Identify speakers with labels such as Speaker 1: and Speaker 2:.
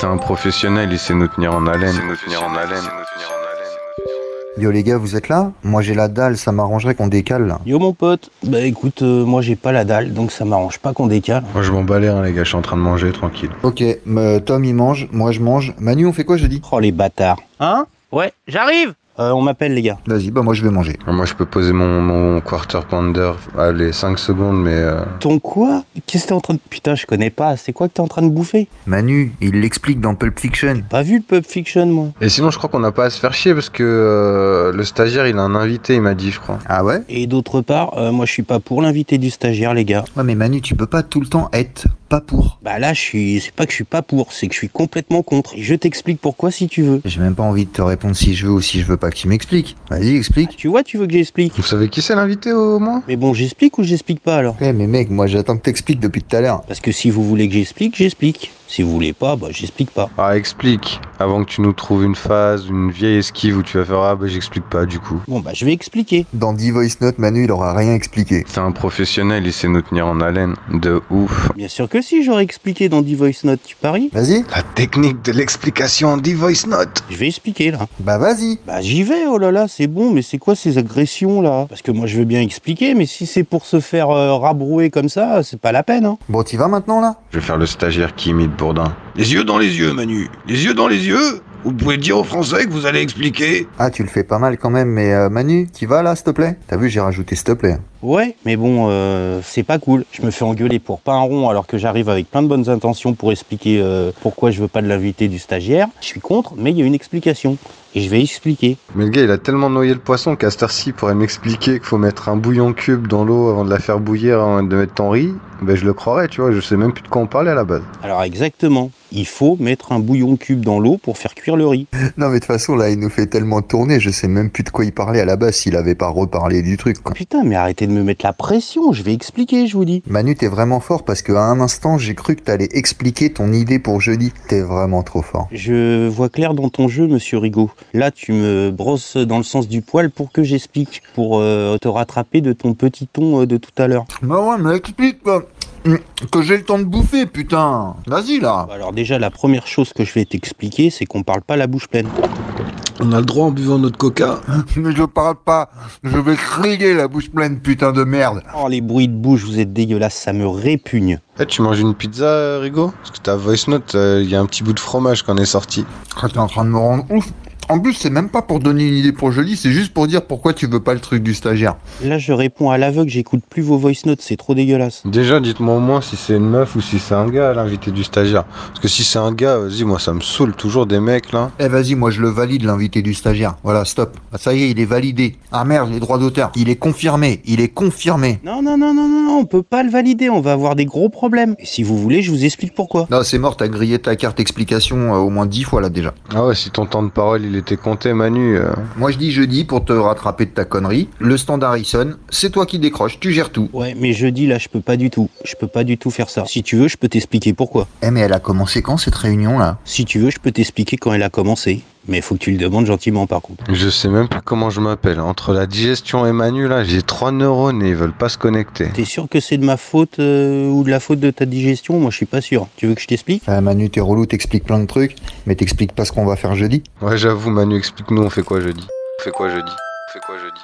Speaker 1: C'est un professionnel, il sait nous tenir en haleine. Il sait nous tenir en haleine.
Speaker 2: Yo les gars, vous êtes là Moi j'ai la dalle, ça m'arrangerait qu'on décale là.
Speaker 3: Yo mon pote, bah écoute, euh, moi j'ai pas la dalle, donc ça m'arrange pas qu'on décale.
Speaker 1: Moi je m'en bats l'air, hein, les gars, je suis en train de manger tranquille.
Speaker 2: Ok, me- Tom il mange, moi je mange. Manu on fait quoi jeudi
Speaker 3: Oh les bâtards. Hein
Speaker 4: Ouais, j'arrive
Speaker 3: Euh, On m'appelle les gars.
Speaker 2: Vas-y, bah moi je vais manger.
Speaker 1: Moi je peux poser mon, mon quarter pounder, allez, 5 secondes, mais. euh,
Speaker 3: Ton quoi Qu'est-ce que t'es en train de... Putain, je connais pas. C'est quoi que t'es en train de bouffer
Speaker 2: Manu, il l'explique dans Pulp Fiction.
Speaker 3: Pas vu le Pulp Fiction, moi.
Speaker 1: Et sinon, je crois qu'on n'a pas à se faire chier parce que euh, le stagiaire il a un invité, il m'a dit, je crois.
Speaker 2: Ah ouais
Speaker 3: Et d'autre part, euh, moi je suis pas pour l'invité du stagiaire, les gars.
Speaker 2: Ouais mais Manu, tu peux pas tout le temps être pas pour.
Speaker 3: Bah là, je suis. C'est pas que je suis pas pour, c'est que je suis complètement contre. Et je t'explique pourquoi si tu veux.
Speaker 2: J'ai même pas envie de te répondre si je veux ou si je veux pas que tu m'expliques. Vas-y, explique.
Speaker 3: Tu vois, tu veux que j'explique
Speaker 1: Vous savez qui c'est l'invité au moins
Speaker 3: Mais bon, j'explique ou j'explique pas alors
Speaker 2: Eh mais mec, moi j'attends que t'expliques depuis tout à l'heure.
Speaker 3: Parce que si vous voulez que j'explique, j'explique. Si vous voulez pas, bah j'explique pas.
Speaker 1: Ah, explique, avant que tu nous trouves une phase, une vieille esquive où tu vas faire Ah, bah j'explique pas du coup.
Speaker 3: Bon bah je vais expliquer.
Speaker 2: Dans 10 voice notes, Manu il aura rien expliqué.
Speaker 1: C'est un professionnel, il sait nous tenir en haleine. De ouf.
Speaker 3: Bien sûr que si, j'aurais expliqué dans 10 voice notes, tu paries
Speaker 2: Vas-y
Speaker 1: La technique de l'explication en voice note.
Speaker 3: Je vais expliquer là.
Speaker 2: Bah vas-y
Speaker 3: Bah j'y vais, oh là là, c'est bon, mais c'est quoi ces agressions là Parce que moi je veux bien expliquer, mais si c'est pour se faire euh, rabrouer comme ça, c'est pas la peine. Hein.
Speaker 2: Bon, t'y vas maintenant là
Speaker 1: Je vais faire le stagiaire qui imite Bourdin.
Speaker 5: Les yeux dans les yeux, Manu. Les yeux dans les yeux. Vous pouvez dire aux Français que vous allez expliquer.
Speaker 2: Ah, tu le fais pas mal quand même, mais euh, Manu, t'y vas là, s'il te plaît T'as vu, j'ai rajouté s'il te plaît. hein.
Speaker 3: Ouais, mais bon, euh, c'est pas cool. Je me fais engueuler pour pas un rond alors que j'arrive avec plein de bonnes intentions pour expliquer euh, pourquoi je veux pas de l'invité du stagiaire. Je suis contre, mais il y a une explication. Et je vais expliquer.
Speaker 1: Mais le gars, il a tellement noyé le poisson qu'à cette heure-ci, il pourrait m'expliquer qu'il faut mettre un bouillon cube dans l'eau avant de la faire bouillir, avant de mettre ton riz. Ben, je le croirais, tu vois, je sais même plus de quoi on parlait à la base.
Speaker 3: Alors exactement, il faut mettre un bouillon cube dans l'eau pour faire cuire le riz.
Speaker 2: Non, mais de toute façon, là, il nous fait tellement tourner, je sais même plus de quoi il parlait à la base s'il avait pas reparlé du truc, quoi.
Speaker 3: Putain, mais arrêtez de me mettre la pression, je vais expliquer, je vous dis.
Speaker 2: Manu, t'es vraiment fort parce qu'à un instant, j'ai cru que t'allais expliquer ton idée pour jeudi. T'es vraiment trop fort.
Speaker 3: Je vois clair dans ton jeu, monsieur Rigaud. Là, tu me brosses dans le sens du poil pour que j'explique, pour euh, te rattraper de ton petit ton euh, de tout à l'heure.
Speaker 2: Bah ouais, mais explique, quoi. Hum, Que j'ai le temps de bouffer, putain. Vas-y, là.
Speaker 3: Alors déjà, la première chose que je vais t'expliquer, c'est qu'on parle pas la bouche pleine.
Speaker 5: On a le droit en buvant notre coca.
Speaker 2: Mais je parle pas. Je vais crier la bouche pleine, putain de merde.
Speaker 3: Oh, les bruits de bouche, vous êtes dégueulasses, ça me répugne.
Speaker 1: Eh, tu manges une pizza, euh, Rigo Parce que ta voice note, euh, il y a un petit bout de fromage qu'on est sorti.
Speaker 2: Ah, T'es en train de me rendre ouf. En plus, c'est même pas pour donner une idée pour Jolie, c'est juste pour dire pourquoi tu veux pas le truc du stagiaire.
Speaker 3: Là, je réponds à l'aveugle, j'écoute plus vos voice notes, c'est trop dégueulasse.
Speaker 1: Déjà, dites-moi au moins si c'est une meuf ou si c'est un gars, l'invité du stagiaire. Parce que si c'est un gars, vas-y, moi, ça me saoule toujours des mecs, là.
Speaker 2: Eh vas-y, moi je le valide l'invité du stagiaire. Voilà, stop. Ah, Ça y est, il est validé. Ah merde, les droits d'auteur. Il est confirmé, il est confirmé.
Speaker 3: Non, non, non, non, non, non, on peut pas le valider, on va avoir des gros problèmes. Et si vous voulez, je vous explique pourquoi.
Speaker 2: Non, c'est mort, t'as grillé ta carte explication euh, au moins dix fois là déjà.
Speaker 1: Ah ouais, si ton temps de parole, il était compté, Manu. euh.
Speaker 2: Moi je dis jeudi pour te rattraper de ta connerie. Le standard il sonne, c'est toi qui décroches, tu gères tout.
Speaker 3: Ouais, mais jeudi, là, je peux pas du tout. Je peux pas du tout faire ça. Si tu veux, je peux t'expliquer pourquoi.
Speaker 2: Eh mais elle a commencé quand cette réunion là
Speaker 3: Si tu veux, je peux t'expliquer quand elle a commencé. Mais faut que tu le demandes gentiment par contre.
Speaker 1: Je sais même plus comment je m'appelle. Entre la digestion et Manu, là, j'ai trois neurones et ils veulent pas se connecter.
Speaker 3: T'es sûr que c'est de ma faute euh, ou de la faute de ta digestion Moi je suis pas sûr. Tu veux que je t'explique
Speaker 2: Ah Manu, t'es relou, t'expliques plein de trucs, mais t'expliques pas ce qu'on va faire jeudi.
Speaker 1: Ouais, j'avoue, Manu, explique-nous, on fait quoi jeudi On fait quoi jeudi On fait quoi jeudi